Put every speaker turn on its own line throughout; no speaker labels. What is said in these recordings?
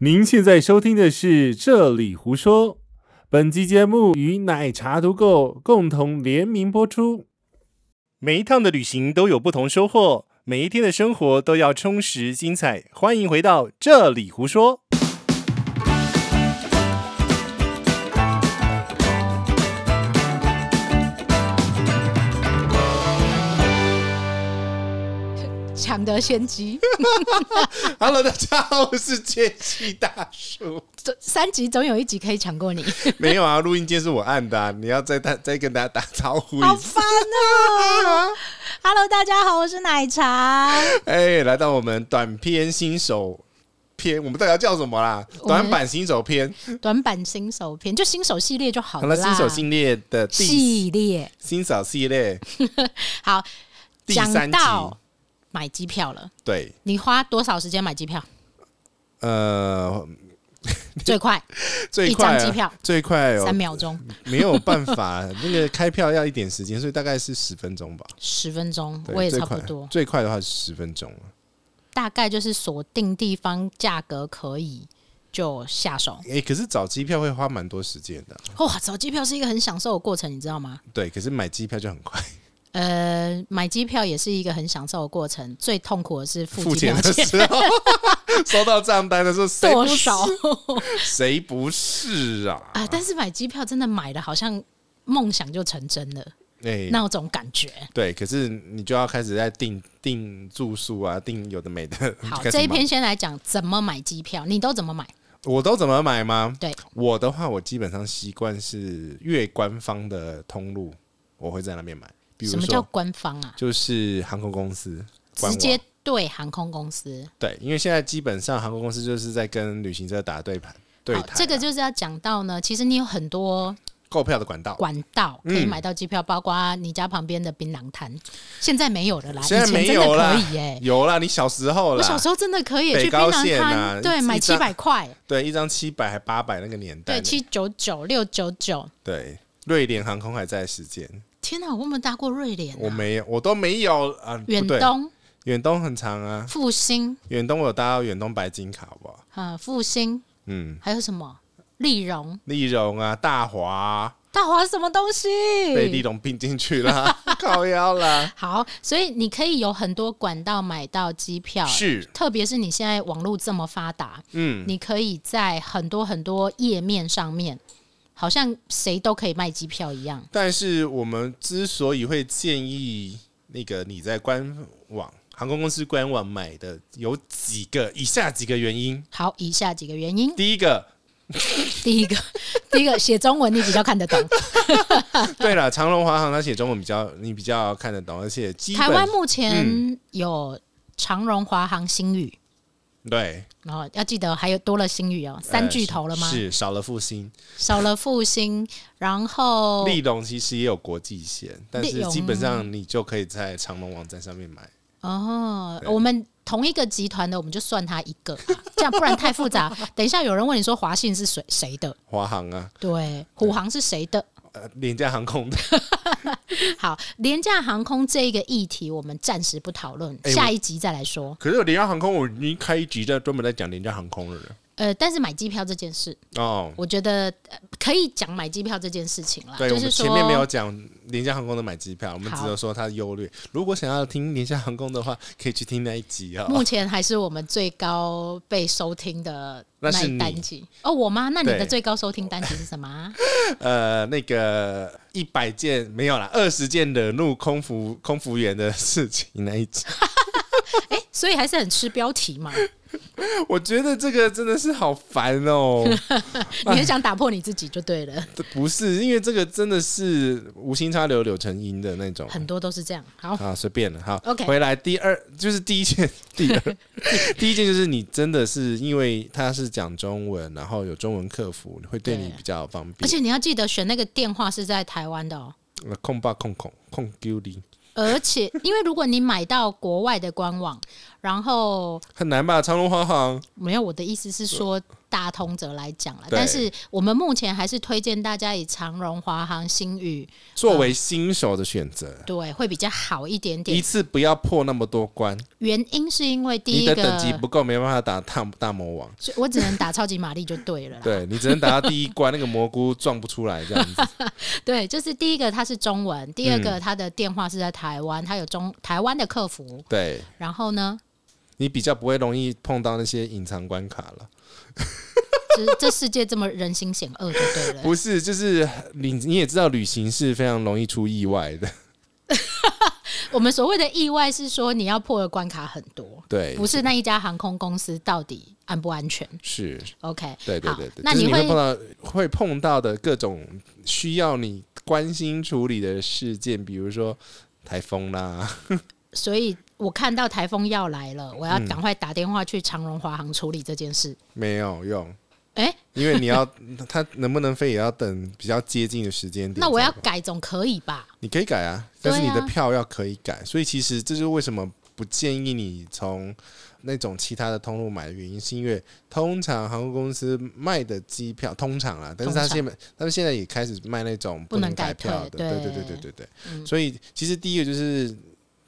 您现在收听的是《这里胡说》，本期节目与奶茶独购共同联名播出。每一趟的旅行都有不同收获，每一天的生活都要充实精彩。欢迎回到《这里胡说》。
抢得 先机，
Hello，大家好，我是杰西大叔。
这三集总有一集可以抢过你，
没有啊，录音键是我按的啊、你要再大再跟大家打招呼
好
一次。
烦
啊
哦、Hello，大家好，我是奶茶，
哎，来到我们短篇新手篇，我们到底要叫什么啦？
我们
短版新手篇，
短版新手篇就新手系列就好
好
了
了，
啦，
新手系列的第
系列
新手系列
好，
第
讲
三集，
到买机票了，
对，
你花多少时间买 机票？
呃，
最快
最
一
快、
张
啊、
机票
最快
三
哦，
秒钟，
没有办法，那个开票要一点时间，所以大概是十分钟吧。
十分钟，
对
我也
最
差不
快
多，
最快的话是十分钟了。
大概就是锁定地方，价格可以就下手。
哎、可是找机票会花蛮多时间的啊、
哇，找机票是一个很享受的过程，你知道吗？
对，可是买机票就很快，
呃，买机票也是一个很享受的过程，最痛苦的是付
付
机
钱
票
的
钱
时候收到账单的时候，谁
多
不是
少
谁不是啊？
啊！但是买机票真的买了，好像梦想就成真了，
哎、
那种感觉。
对，可是你就要开始在订订住宿啊，订有的没的。
好，
开始
这一
忙
篇先来讲怎么买机票，你都怎么买？
我都怎么买吗？
对，
我的话，我基本上习惯是越官方的通路，我会在那边买。比
什
如
么叫
说，
官方啊？
就是航空公司官
直
网
接对航空公司。
对，因为现在基本上航空公司就是在跟旅行社打对盘对
好
台啊、，
这个就是要讲到呢，其实你有很多
购票的管道。
管道可以
嗯
买到机票，包括你家旁边的槟榔摊，现在没有了啦，
现在
以前
没
真的
有啦
可以耶。
有啦，你小时候啦，
我小时候真的可以
北
去槟
高
榔
线
摊，
啊
对，
一
买七
张
百块，
对，一张七百还八百那个年代
对，
呢，
七九九六九九。
对，瑞典航空还在时间，
天哪，我有没有搭过瑞典、啊？
我没有，我都没有啊。不
远
对，
东、
远东很长啊，
复兴
远东我有搭到远东白金卡，好不好？
啊、呃复兴
嗯，
还有什么？丽荣、
丽荣啊，大华啊、
大华什么东西？
被丽荣并进去啦， 靠腰 啦，
好，所以你可以有很多管道买到机票，
是，
特别是你现在网络这么发达，
嗯，
你可以在很多很多页面上面，好像谁都可以卖机票一样。
但是我们之所以会建议那个你在官网航空公司官网买的，有几个以下几个原因。
好，以下几个原因：
第一 个，
第一个， 第一个写中文你比较看得懂，
对了，长龙华航它写中文比较你比较看得懂，而且基
台湾
本嗯
目前有长荣、华航、星宇，
对
然后要记得还有多了星宇哦，三巨头了吗？
呃是少了复兴，
少了复兴，然后
丽龙其实也有国际线，但
丽
是
哦龙
基本上你就可以在长龙网站上面买。
哦，我们同一个集团的，我们就算它一个吧， 这样不然太复杂。等一下有人问你说华信是谁谁的？
华航啊，
对，虎航是谁的？
呃，廉价航空的，
好，廉价航空这一个议题我们暂时不讨论，
哎我
下一集再来说。
可是廉价航空我已经开一集在专门在讲廉价航空了呢
呃，但是买机票这件事，
哦。
我觉得、呃可以讲买机票这件事情啦，
对，
就
我
是
们
说
前面没有讲廉价航空的买机票，我们
好
只有说它的优劣。如果想要听廉价航空的话，可以去听那一集哦。
目前还是我们最高被收听的
那是
一
你
单集哦，我吗？那你的
对
最高收听单集是什么 啊？
呃，那个一百件没有啦，二十件惹怒空服空服员的事情那一集，
哎、所以还是很吃标题嘛，
我觉得这个真的是好烦哦、
你很想打破你自己就对了，
这不是因为这个真的是无心插柳柳成荫的那种。
很多都是这样。好，
啊，随便了，好
哦 OK
回来第二就是第一件， 第二，第一件就是你真的是因为他是讲中文，然后有中文客服，会对你
对
比较方
而
便。
且你要记得选那个电话是在台湾的哦。
呃控吧控控控丢你，
而且，因为如果你买到国外的官网，然后
很难吧？长隆华航
没有我的意思是说，大通则来讲了，
对
但是我们目前还是推荐大家以长荣、华航、新宇
作为新手的选择，
对会比较好一点
一
点。
次不要破那么多关，
原因是因为第
你
一
的
个，
等级不够，没办法打大大魔王。
所以我只能打超级玛丽就对了啦。
对你只能打到第一关， 那个蘑菇撞不出来这样子。
对，就是第一个它是中文，第二
嗯
个它的电话是在台湾，它有中台湾的客服。
对
然后呢，
你比较不会容易碰到那些隐藏关卡了。
这这世界这么人心险恶就对了。
不是，就是你你也知道，旅行是非常容易出意外的。
我们所谓的意外是说你要破的关卡很多，
对，
不是那一家航空公司到底安不安全
是，
？OK，
对对
好
对对，
那
就是
你
你会
会
碰到会碰到的各种需要你关心处理的事件，比如说台风啦，
所以我看到台风要来了，我
嗯
要赶快打电话去长荣华航处理这件事。
没有用。
诶
因为你要 它能不能飞，也要等比较接近的时间点。
那我要改总可以吧？
你可以改啊，但是你的
对啊
票要可以改，所以其实这就是为什么不建议你从那种其他的通路买的原因，是因为通常航空公司卖的机票通常啦，但是他
通常
现在他们现在也开始卖那种
不能
能
改退
票的，对
对嗯
对对对对对，所以其实第一个就是。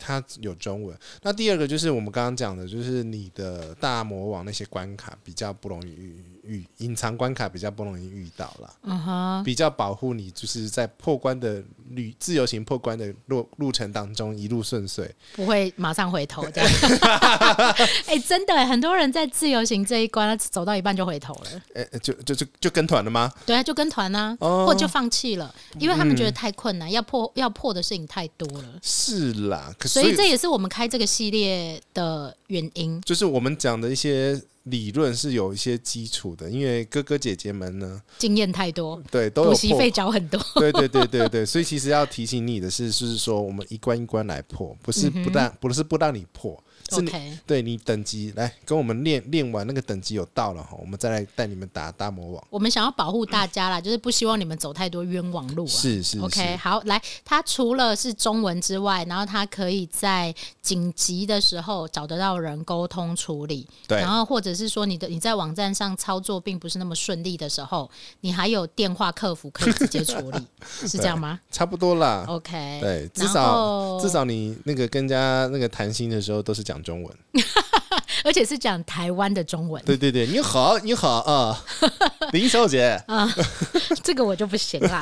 它有中文，那第二个就是我们刚刚讲的，就是你的大魔王那些关卡比较不容易遇遇，隐藏关卡比较不容易遇到啦。
嗯哼，
比较保护你，就是在破关的旅自由行破关的路路程当中一路顺遂。
不会马上回头 这样。哎、真的，很多人在自由行这一关，他走到一半就回头了，
呃、呃就就就就跟团了吗？
对啊，就跟团啊，
哦嗯
或就放弃了，因为他们觉得太困难，要破要破的事情太多了。
是啦，可
所以这也是我们开这个系列的原因。
就是我们讲的一些理论是有一些基础的，因为哥哥姐姐们呢，
经验太多，
对都有
补习
破
费。缴很多。
对对对对对，所以其实要提醒你的是，就是说我们一关一关来破，不是不让，不是不让你破，是你
嗯 OK，
对你等级来跟我们练练完那个等级有到了哈，我们再来带你们打大魔王。
我们想要保护大家啦，就是不希望你们走太多冤枉路啊。
是是
OK，
是，
好，来，它除了是中文之外，然后它可以在紧急的时候找得到人沟通处理，
对
然后或者是说你的你在网站上操作并不是那么顺利的时候，你还有电话客服可以直接 处理，是这样吗
差不多啦。
？OK，
对，至
然
少
后
至少你那个跟人家那个谈心的时候都是讲中文。
而且是讲台湾的中文，
对对对，你好，你好 啊，林小姐。
嗯这个我就不行啦。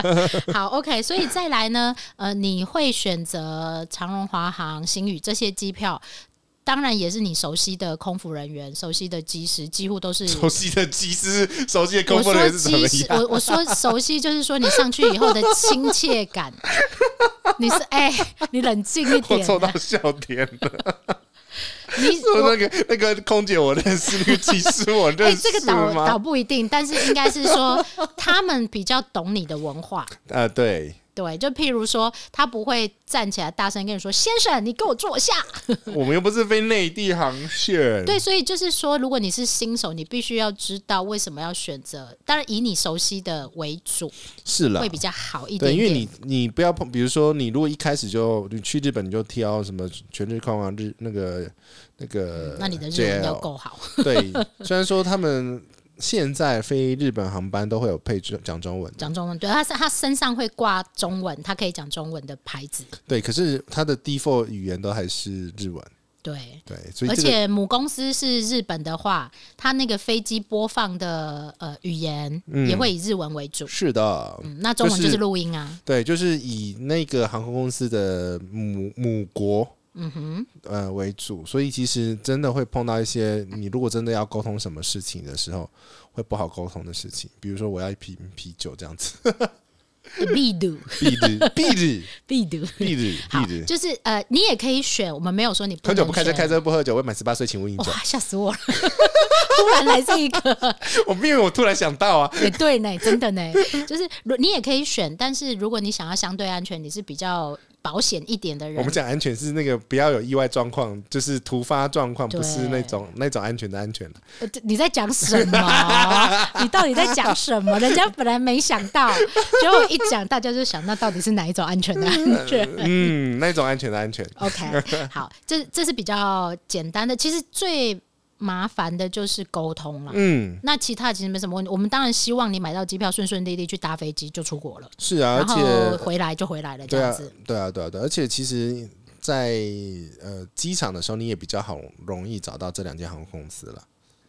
好，OK，所以再来呢，呃，你会选择长荣、华航、星宇这些机票。当然也是你熟悉的空服人员、熟悉的机师，几乎都是
熟悉的机师，熟悉的
我
工作人
说
员是什么
机师，
样？
我我说熟悉，就是说你上去以后的亲切感。 你是哎、你冷静一
我
点啊、
抽到笑点了。
你
说
我
那个 那个空姐我认识，那个技师我
哎、
认识
这个倒倒
吗？
不一定，但是应该是说他们比较懂你的文化。
啊，对，
对，就譬如说，他不会站起来大声跟你说：“先生，你给我坐下。
我们又不是飞内地航线。”
对，所以就是说，如果你是新手，你必须要知道为什么要选择，当然以你熟悉的为主，
是啦
会比较好一
对，
点
因
点。
为你你不要碰，比如说你如果一开始就你去日本你就挑什么全日空啊，日那个那个，
那你的日文要
JL
够好。
对，虽然说他们现在飞日本航班都会有配中讲中文，
讲中文，对，他是他身上会挂中文，他可以讲中文的牌子，
对，可是它的 default 语言都还是日文，
对。
对，所以
而
这个
且母公司是日本的话，它那个飞机播放的呃语言也会以日文为主。
嗯是的，
嗯，那中文
就
就是是录 音啊，
对，就是以那个航空公司的母母国。嗯哼，呃为主，所以其实真的会碰到一些你如果真的要沟通什么事情的时候，会不好沟通的事情，比如说我要一瓶啤酒这样 子，
必读
必日必 日
必读。
必日
好
必日，，
就是呃，你也可以选，我们没有说你不
喝
能
酒不开车，
选
开车不喝酒，未满十八岁请勿 饮酒。
哇，吓死我了！突然来这一个，
我因为我突然想到啊，
也对呢，真的呢，就是如你也可以选，但是如果你想要相对安全，你是比较保险一点的人，
我们讲安全是那个不要有意外状况，就是突发状况，
对
不是那种那种安全的安全了。
呃这你在讲什 么？你到底在讲什么？人家本来没想到，结果一讲，大家就想那到底是哪一种安全的安全？
嗯，那种安全的安全，
OK，好，这这是比较简单的。其实最麻烦的就是沟通了。
嗯，
那其他其实没什么问题。我们当然希望你买到机票，顺顺利利去搭飞机就出国了，
是啊，而
然后
且
回来就回来了，这
对
样
啊
子。，
对啊，对啊，对啊，而且其实。在呃机场的时候，你也比较好容易找到这两间航空公司了，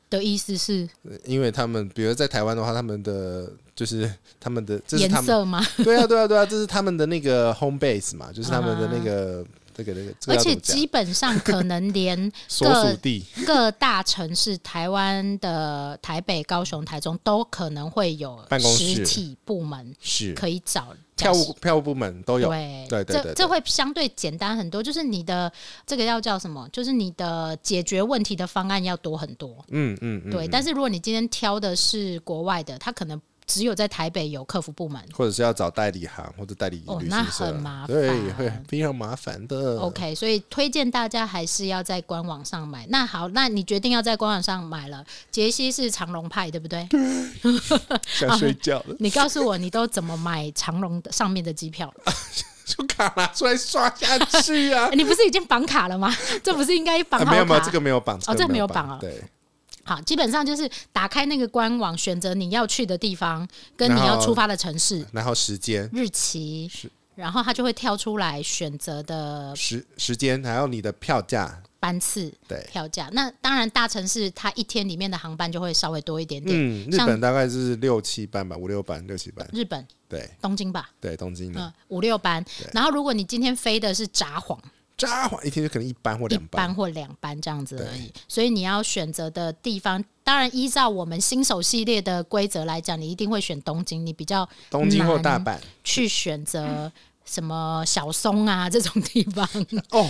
的意思是
因为他们，比如在台湾的话，他们的就是他们的，这是
颜
他们
色吗？
对啊，对啊，对啊，这是他们的那个 home base 嘛，就是他们的那个、这个那个，这个
而
要怎
且
么讲？
基本上可能连
所属地，
各大城市，台湾的台北、高雄、台中都可能会有
办公室
实体部门
是
可以找。
票务票务部门都有，
对
对对对
这
对
这会相对简单很多。就是你的这个要叫什么？就是你的解决问题的方案要多很多。
嗯嗯嗯，
对，但是如果你今天挑的是国外的，他可能只有在台北有客服部门。
或者是要找代理行或者代理
哦
旅
那
行社，啊
很麻
对，会
烦
非常麻烦的。
OK，所以推荐大家还是要在官网上买。那好，那你决定要在官网上买了。杰西是长隆派，对不对？
想睡觉了，
你告诉我，你都怎么买长隆的上面的机票？
就卡拿出来刷下去啊
哎！你不是已经绑卡了吗？ 这不是应该 绑
啊，
好卡？
没有没有，这个没有绑，
哦这个没有绑啊
对，
好，基本上就是打开那个官网，选择你要去的地方跟你
然后
要出发的城市、
然后时间
日
嗯
期
是，
然后它就会跳出来选择的
时时间，还有你的票价，
班次、
对，
票价。那当然，大城市它一天里面的航班就会稍微多一点点。
嗯，日
像
本大概是六七班吧，五六班，六七班，
日本
对
东京吧，
对，东京的
嗯，五六班
对。
然后如果你今天飞的是札幌，
札幌一天就可能一班或
一
两
班或两班这样子
对
而已。所以你要选择的地方，当然依照我们新手系列的规则来讲，你一定会选东京，你比较
东京或大阪
去选择什么小松啊这种地方。
哦，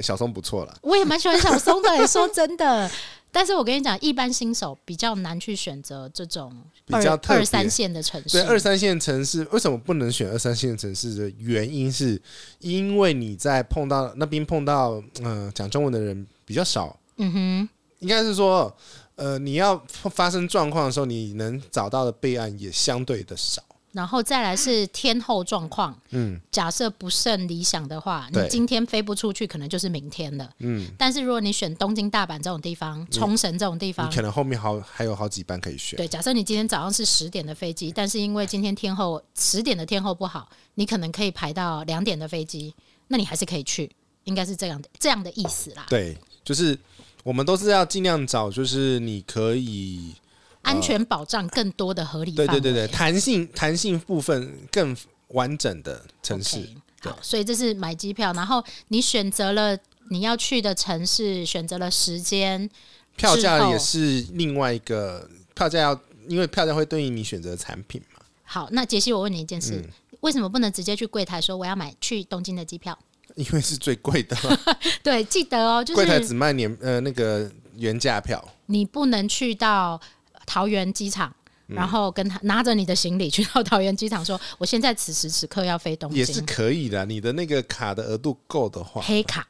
小松不错了。
我也蛮喜欢小松的、说真的。 但是我跟你讲，一般新手比较难去选择这种
比
二
较特别
二三线的城市。
对二三线城市，为什么不能选二三线城市的原因是，因为你在碰到那边碰到嗯、呃讲中文的人比较少，
嗯哼，
应该是说呃你要发生状况的时候，你能找到的备案也相对的少。
然后再来是天后状况。
嗯，
假设不甚理想的话，你
对
今天飞不出去，可能就是明天了。嗯，但是如果你选东京、大阪这种地方，冲绳这种
嗯
地
你
方，
可能后面好还有好几班可以选。
对，假设你今天早上是十点的飞机，但是因为今天天后十点的天后不好，你可能可以排到两点的飞机，那你还是可以去，应该是这样的这样的意思啦。
对，就是我们都是要尽量找，就是你可以
安全保障更多的合理
对
范围。
对对对，弹性弹性部分更完整的城市。
OK，
对
好，所以这是买机票，然后你选择了你要去的城市，选择了时间，
票
之
价
后
也是另外一个票价要，因为票价会对应你选择的产品嘛。
好，那杰西，我问你一件
嗯
事，为什么不能直接去柜台说我要买去东京的 机票？
因为是最贵的嘛，
对，记得哦， 就
柜台只
是
卖年呃那个原价票，
你不能去到桃园机场。
嗯
然后跟他拿着你的行李去到桃园机场说，我现在此时此刻要飞东
也是
京，
可以的啊。你的那个卡的额度够的话，
黑卡。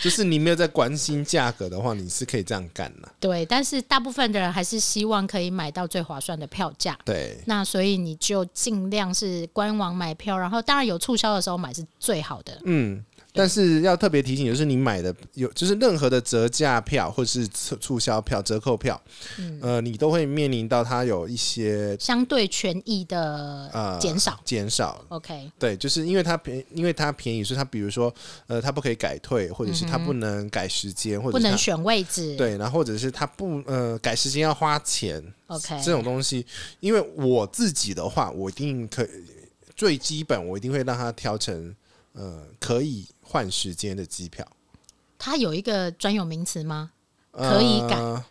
就是你没有在关心价格的话，你是可以这样干的。
对，但是大部分的人还是希望可以买到最划算的票价。
对，
那所以你就尽量是官网买票，然后当然有促销的时候买是最好的。
嗯。但是要特别提醒，就是你买的有，就是任何的折价票或是促促销票、折扣票，
嗯
呃，你都会面临到它有一些
相对权益的
呃
减少。
减少
OK，
对，就是因为它便，因为它便宜，所以它比如说，呃，它不可以改退，或者是它不能改时间，或者
嗯不
是它
能选位置。
对，然后或者是它不呃改时间要花钱
，OK，
这种东西，因为我自己的话，我一定可最基本，我一定会让它挑成呃可以换时间的机票，
它有一个专有名词吗？
呃
可以改嗯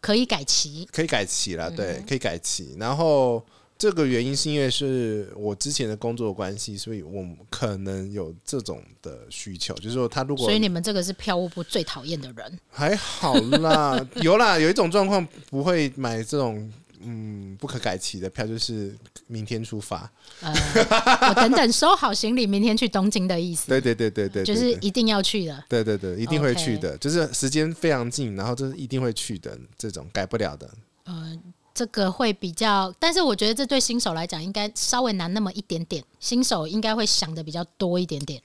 可以改期。
可以改期啦，对，可以改期。然后这个原因是因为是我之前的工作关系，所以我可能有这种的需求，就是说他如果
所以你们这个是票务部最讨厌的人。
还好啦，有啦，有一种状况不会买这种嗯不可改期的票就是明天出发。
呃， 我等等收好行李，明天去东京的意思，
对对对对对，对
就是一定要去的。
对对对，一定会去的就是时间非常近，然后这是一定会去的这种改不了的。
呃，这个会比较，但是我觉得这对新手来讲应该稍微难那么一点点，新手应该会想的比较多一点点。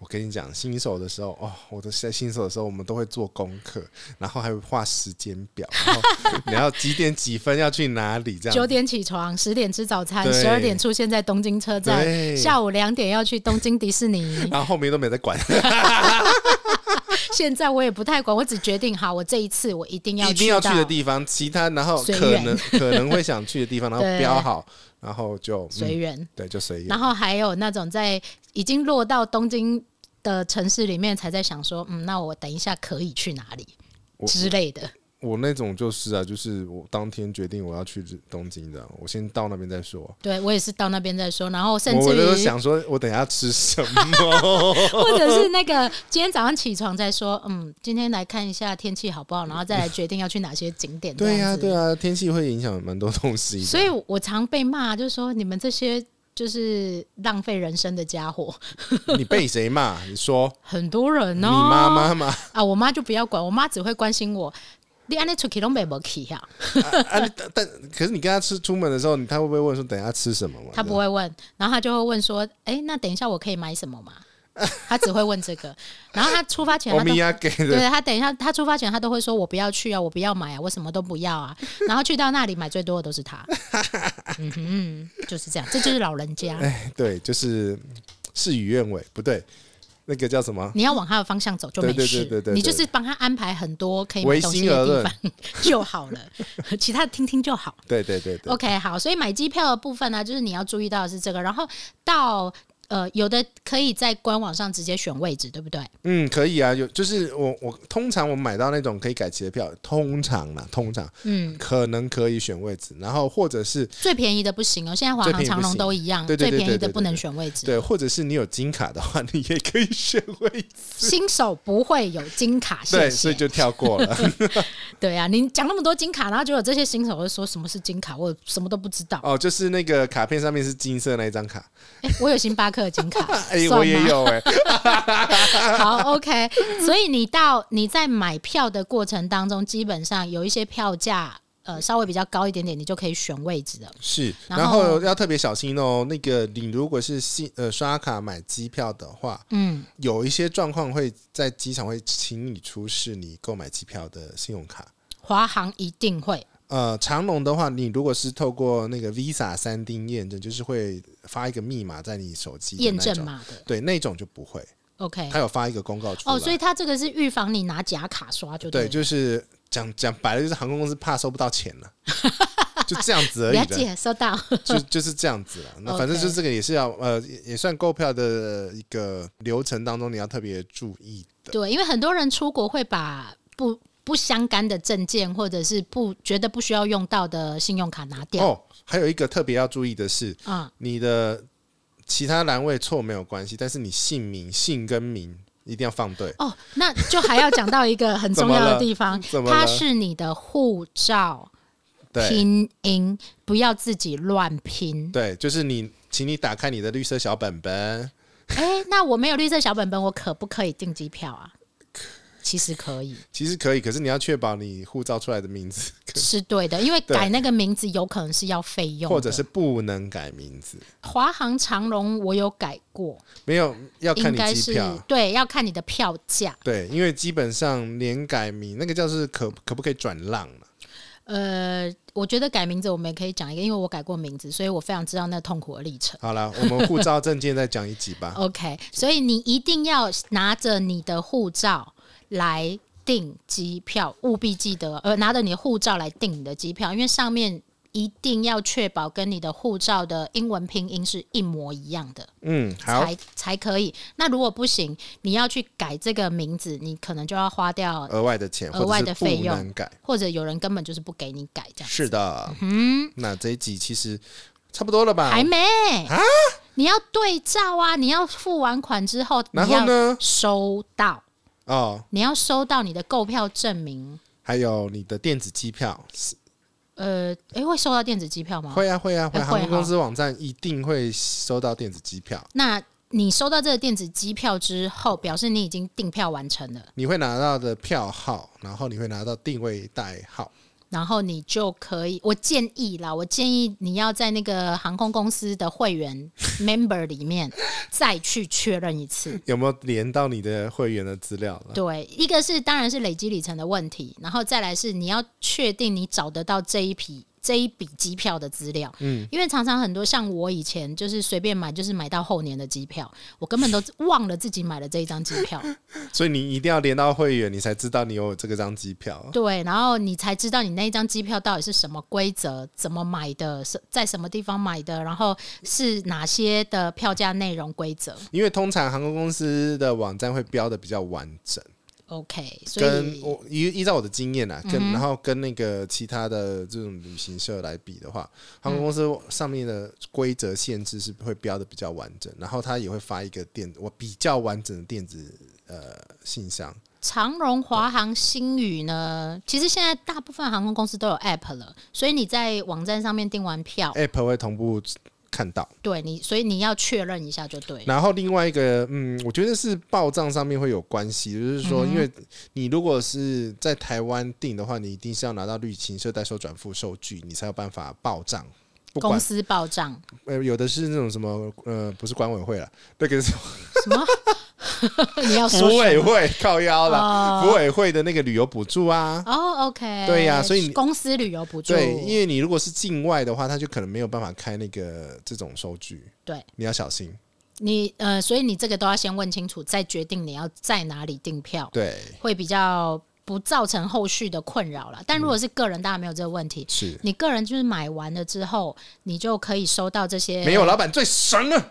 我跟你讲，新手的时候哦，我都是在新手的时候，我们都会做功课，然后还会画时间表，然后你要几点几分要去哪里这样。
九点起床，十点吃早餐，
对
十二点出现在东京车站，
对，
下午两点要去东京迪 士尼。
然后后面都没有在管，
现在我也不太管，我只决定好，我这一次我一定要
一定要去
到
的地方，其他然后
随
可
缘
能可能会想去的 地方，然后
对
标好，然后就嗯
随缘。
对，就随
然
缘。
后还有那种在已经落到东京的城市里面，才在想说，嗯，那我等一下可以去哪里
我
之类的。
我那种就是啊，就是我当天决定我要去东京的，我先到那边再说。
对我也是到那边再说，然后甚
我
至
我就
于
想说，我等一下吃什么？
或者是那个今天早上起床再说，嗯，今天来看一下天气好不好，然后再来决定要去哪些景点。
对呀、对
呀、
呀、天气会影响蛮多东西的。
所以我常被骂，就是说你们这些就是浪费人生的家伙，
你被谁骂？你说
很多人
你
呢、
妈妈 吗？
啊，我妈就不要管，我妈只会关心我。你安尼出去都没没去啊呀、
啊可是你跟她吃出门的时候，你她会不会问说等一下吃什么嘛？
他不会问，然后他就会问说：“哎、那等一下我可以买 什么吗？”他只会问这个，然后他出发
这
前
样，
他
欧
都
米亚给 的，
对他等一下他出发前他都会说：“我不要去啊，我不要买啊，我什么都不要 啊。”然后去到那里买最多的都是他，嗯哼，就是这样，这就是老人家，
哎对，就是事与愿违，不对，那个叫什么？
你要往他的方向走就没
对对
事，
对对对
你
对
就是帮他安排很多可以买
唯
东西
心而
的地
论
方 就好了，其他的听听就好。
对对对对
OK，好，所以买机票的部分呢、就是你要注意到的是这个，然后到呃，有的可以在官网上直接选位置，对不对？
嗯，可以啊，有就是我我通常我买到那种可以改期的票，通常啦，通常
嗯，
可能可以选位置，然后或者是
最便宜的不行哦，现在华
最
航、
便宜
长
不
龙
行
都一样，
对对对
最便宜
对对
的不
对
能
对
选位置。
对，或者是你有金卡的话，你也可以选位置，
新手不会有金卡，谢
对，所以
谢。
就跳过 了。
对啊，你讲那么多金卡，然后就有这些新手会说什么是金卡，我什么都不知道。
哦，就是那个卡片上面是金色那一张卡，，
哎、我有星巴克的金卡
哎、
算
我也
吗？
有哎、
好，OK。所以你到你在买票的过程当中，基本上有一些票价呃稍微比较高一点点，你就可以选位置了。
是，
然
然
后
后要特别小心哦。那个你如果是信呃刷卡买机票的话，
嗯。
有一些状况会在机场会请你出示你购买机票的信用卡。
华航一定会，
呃，长龙的话，你如果是透过那个 Visa 三丁验证，就是会发一个密码在你手机的
验
那
证
种，
码的。
对，那种就不会。
OK，
他有发一个公告出来，
哦，所以它这个是预防你拿假卡刷就
对，
了
就是讲讲白了，就是航空公司怕收不到钱 了，就这样子而
了
已的。
解，收到。
就就是这样子了。那
OK
反正就是这个也是要呃，也也算购票的一个流程当中你要特别注意的。
对，因为很多人出国会把不不相干的证件或者是不觉得不需要用到的信用卡拿掉。
哦，还有一个特别要注意的是，
嗯，
你的其他栏位错没有关系，但是你姓名、姓跟名一定要放对。
哦，那就还要讲到一个很
怎
重
么
要的
了
地 方，
怎么了？
它是你的护照
对
拼音，不要自己乱拼。
对，就是你，请你打开你的绿色小本本。
哎，那我没有绿色小本本，我可不可以订机票啊？其实可以。
其实可以，可是你要确保你护照出来的名字，
是对的，因为
对
改那个名字有可能是要费用的，
或者是不能改名字，
华航、长荣，我有改过，
没有要看
应
你
该
机
是
票。
对，要看你的票价。
对，因为基本上连改名那个叫是可可不可以转让啊了、
呃，我觉得改名字我们也可以讲一个，因为我改过名字，所以我非常知道那痛苦的历程。
好了，我们护照证件再讲一集 吧。
OK，所以你一定要拿着你的护照来订机票，务必记得，呃，拿着你的护照来订你的机票，因为上面一定要确保跟你的护照的英文拼音是一模一样的。
嗯，好，
才才可以。那如果不行，你要去改这个名字，你可能就要花掉，
额外的钱
额外的
或者是
费
不
用
能改。
或者有人根本就是不给你改这样。
是的，嗯，那这一集其实差不多了吧？
还没
啊
你要对照啊！你要付完款之后，
然
你
后
要
呢？
收到，
哦，
你要收到你的购票证明。
还有你的电子机票，
呃，诶，会收到电子机票吗？
会啊会啊会
哎
啊，
会
航空
哈
公司网站一定会收到电子机票，
那你收到这个电子机票之后，表示你已经订票完成了，
你会拿到的票号，然后你会拿到定位代号。
然后你就可以，我建议啦，我建议你要在那个航空公司的会员 member 里面 再去确认一次。
有没有连到你的会员的资料了？
对，一个是当然是累积里程的问题，然后再来是你要确定你找得到这一批这一笔机票的资料，嗯，因为常常很多像我以前就是随便买，就是买到后年的机票，我根本都忘了自己买了这一张机票，
所以你一定要连到会员，你才知道你有这个张机票。
对，然后你才知道你那一张机票到底是什么规则，怎么买的，是在什么地方买的，然后是哪些的票价内容规则
因为通常航空公司的网站会标的比较完整，
，OK，所
跟
以嗯
我依依照我的经验啊，跟、然后跟那个其他的这种旅行社来比的话，航
嗯
空公司上面的规则限制是会标的比较完整，然后它也会发一个电我比较完整的电子呃信箱。
长荣、华航、星宇呢，其实现在大部分航空公司都有 App 了，所以你在网站上面订完票，
App 会同步看到。
对你，所以你要确认一下就对了。
然后另外一个，嗯，我觉得是报账上面会有关系，就是说，
嗯
因为你如果是在台湾订的话，你一定是要拿到旅行社代收转付收据，你才有办法报账。不
公
管
司报账
呃，有的是那种什么呃，不是管委会了，那个是
什么？ 你要说
服
哦什
委
么
会靠腰了，
哦
服委会的那个旅游补助啊，
哦，OK，
对呀所以你
公司旅游补助，
对，因为你如果是境外的话，他就可能没有办法开那个这种收据，
对
你要小心。
你呃，所以你这个都要先问清楚，再决定你要在哪里订票，
对，
会比较不造成后续的困扰了。但如
嗯
果是个人，当然没有这个问题。
是
你个人就是买完了之后，你就可以收到这些，
没有老板最神了，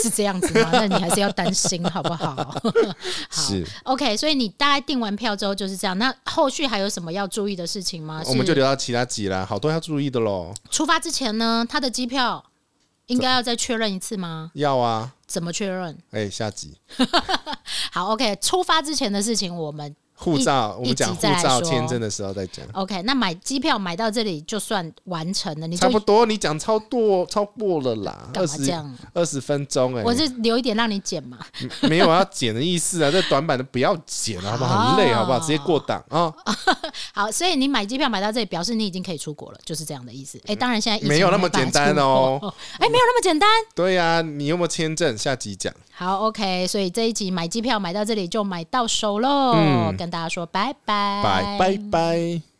是这样子吗？那你还是要担心，好不好？ 好
是，
，OK。所以你大概订完票之后就是这样。那后续还有什么要注意的事情吗？
我们就是留到其他集啦，好多要注意的喽。
出发之前呢，他的机票应该要再确认一次吗？
要啊，
怎么确认？
哎、下集
好，OK。出发之前的事情我们
护照，我
一
们
集
讲护
再来
照、
说
签证的时候再讲。
OK，那买机票买到这里就算完成了，你
差
就
不多，你讲超多超过了啦，
干
二
嘛这
十
样？
二十分钟哎、
我是留一点让你剪嘛。
没有要剪的意思啊，这短版的不要剪啊了，好不好？很累，好不
哦
好？直接过档啊、
好，所以你买机票买到这里，表示你已经可以出国了，就是这样的意思。哎、当然现在疫情
没有那么
没办法
简单哦
出国。哎、没有那么简单。
对呀、你有没有签证？下集讲，
好，OK，所以这一集买机票买到这里就买到手喽，
嗯
跟大家说拜拜，
拜拜拜。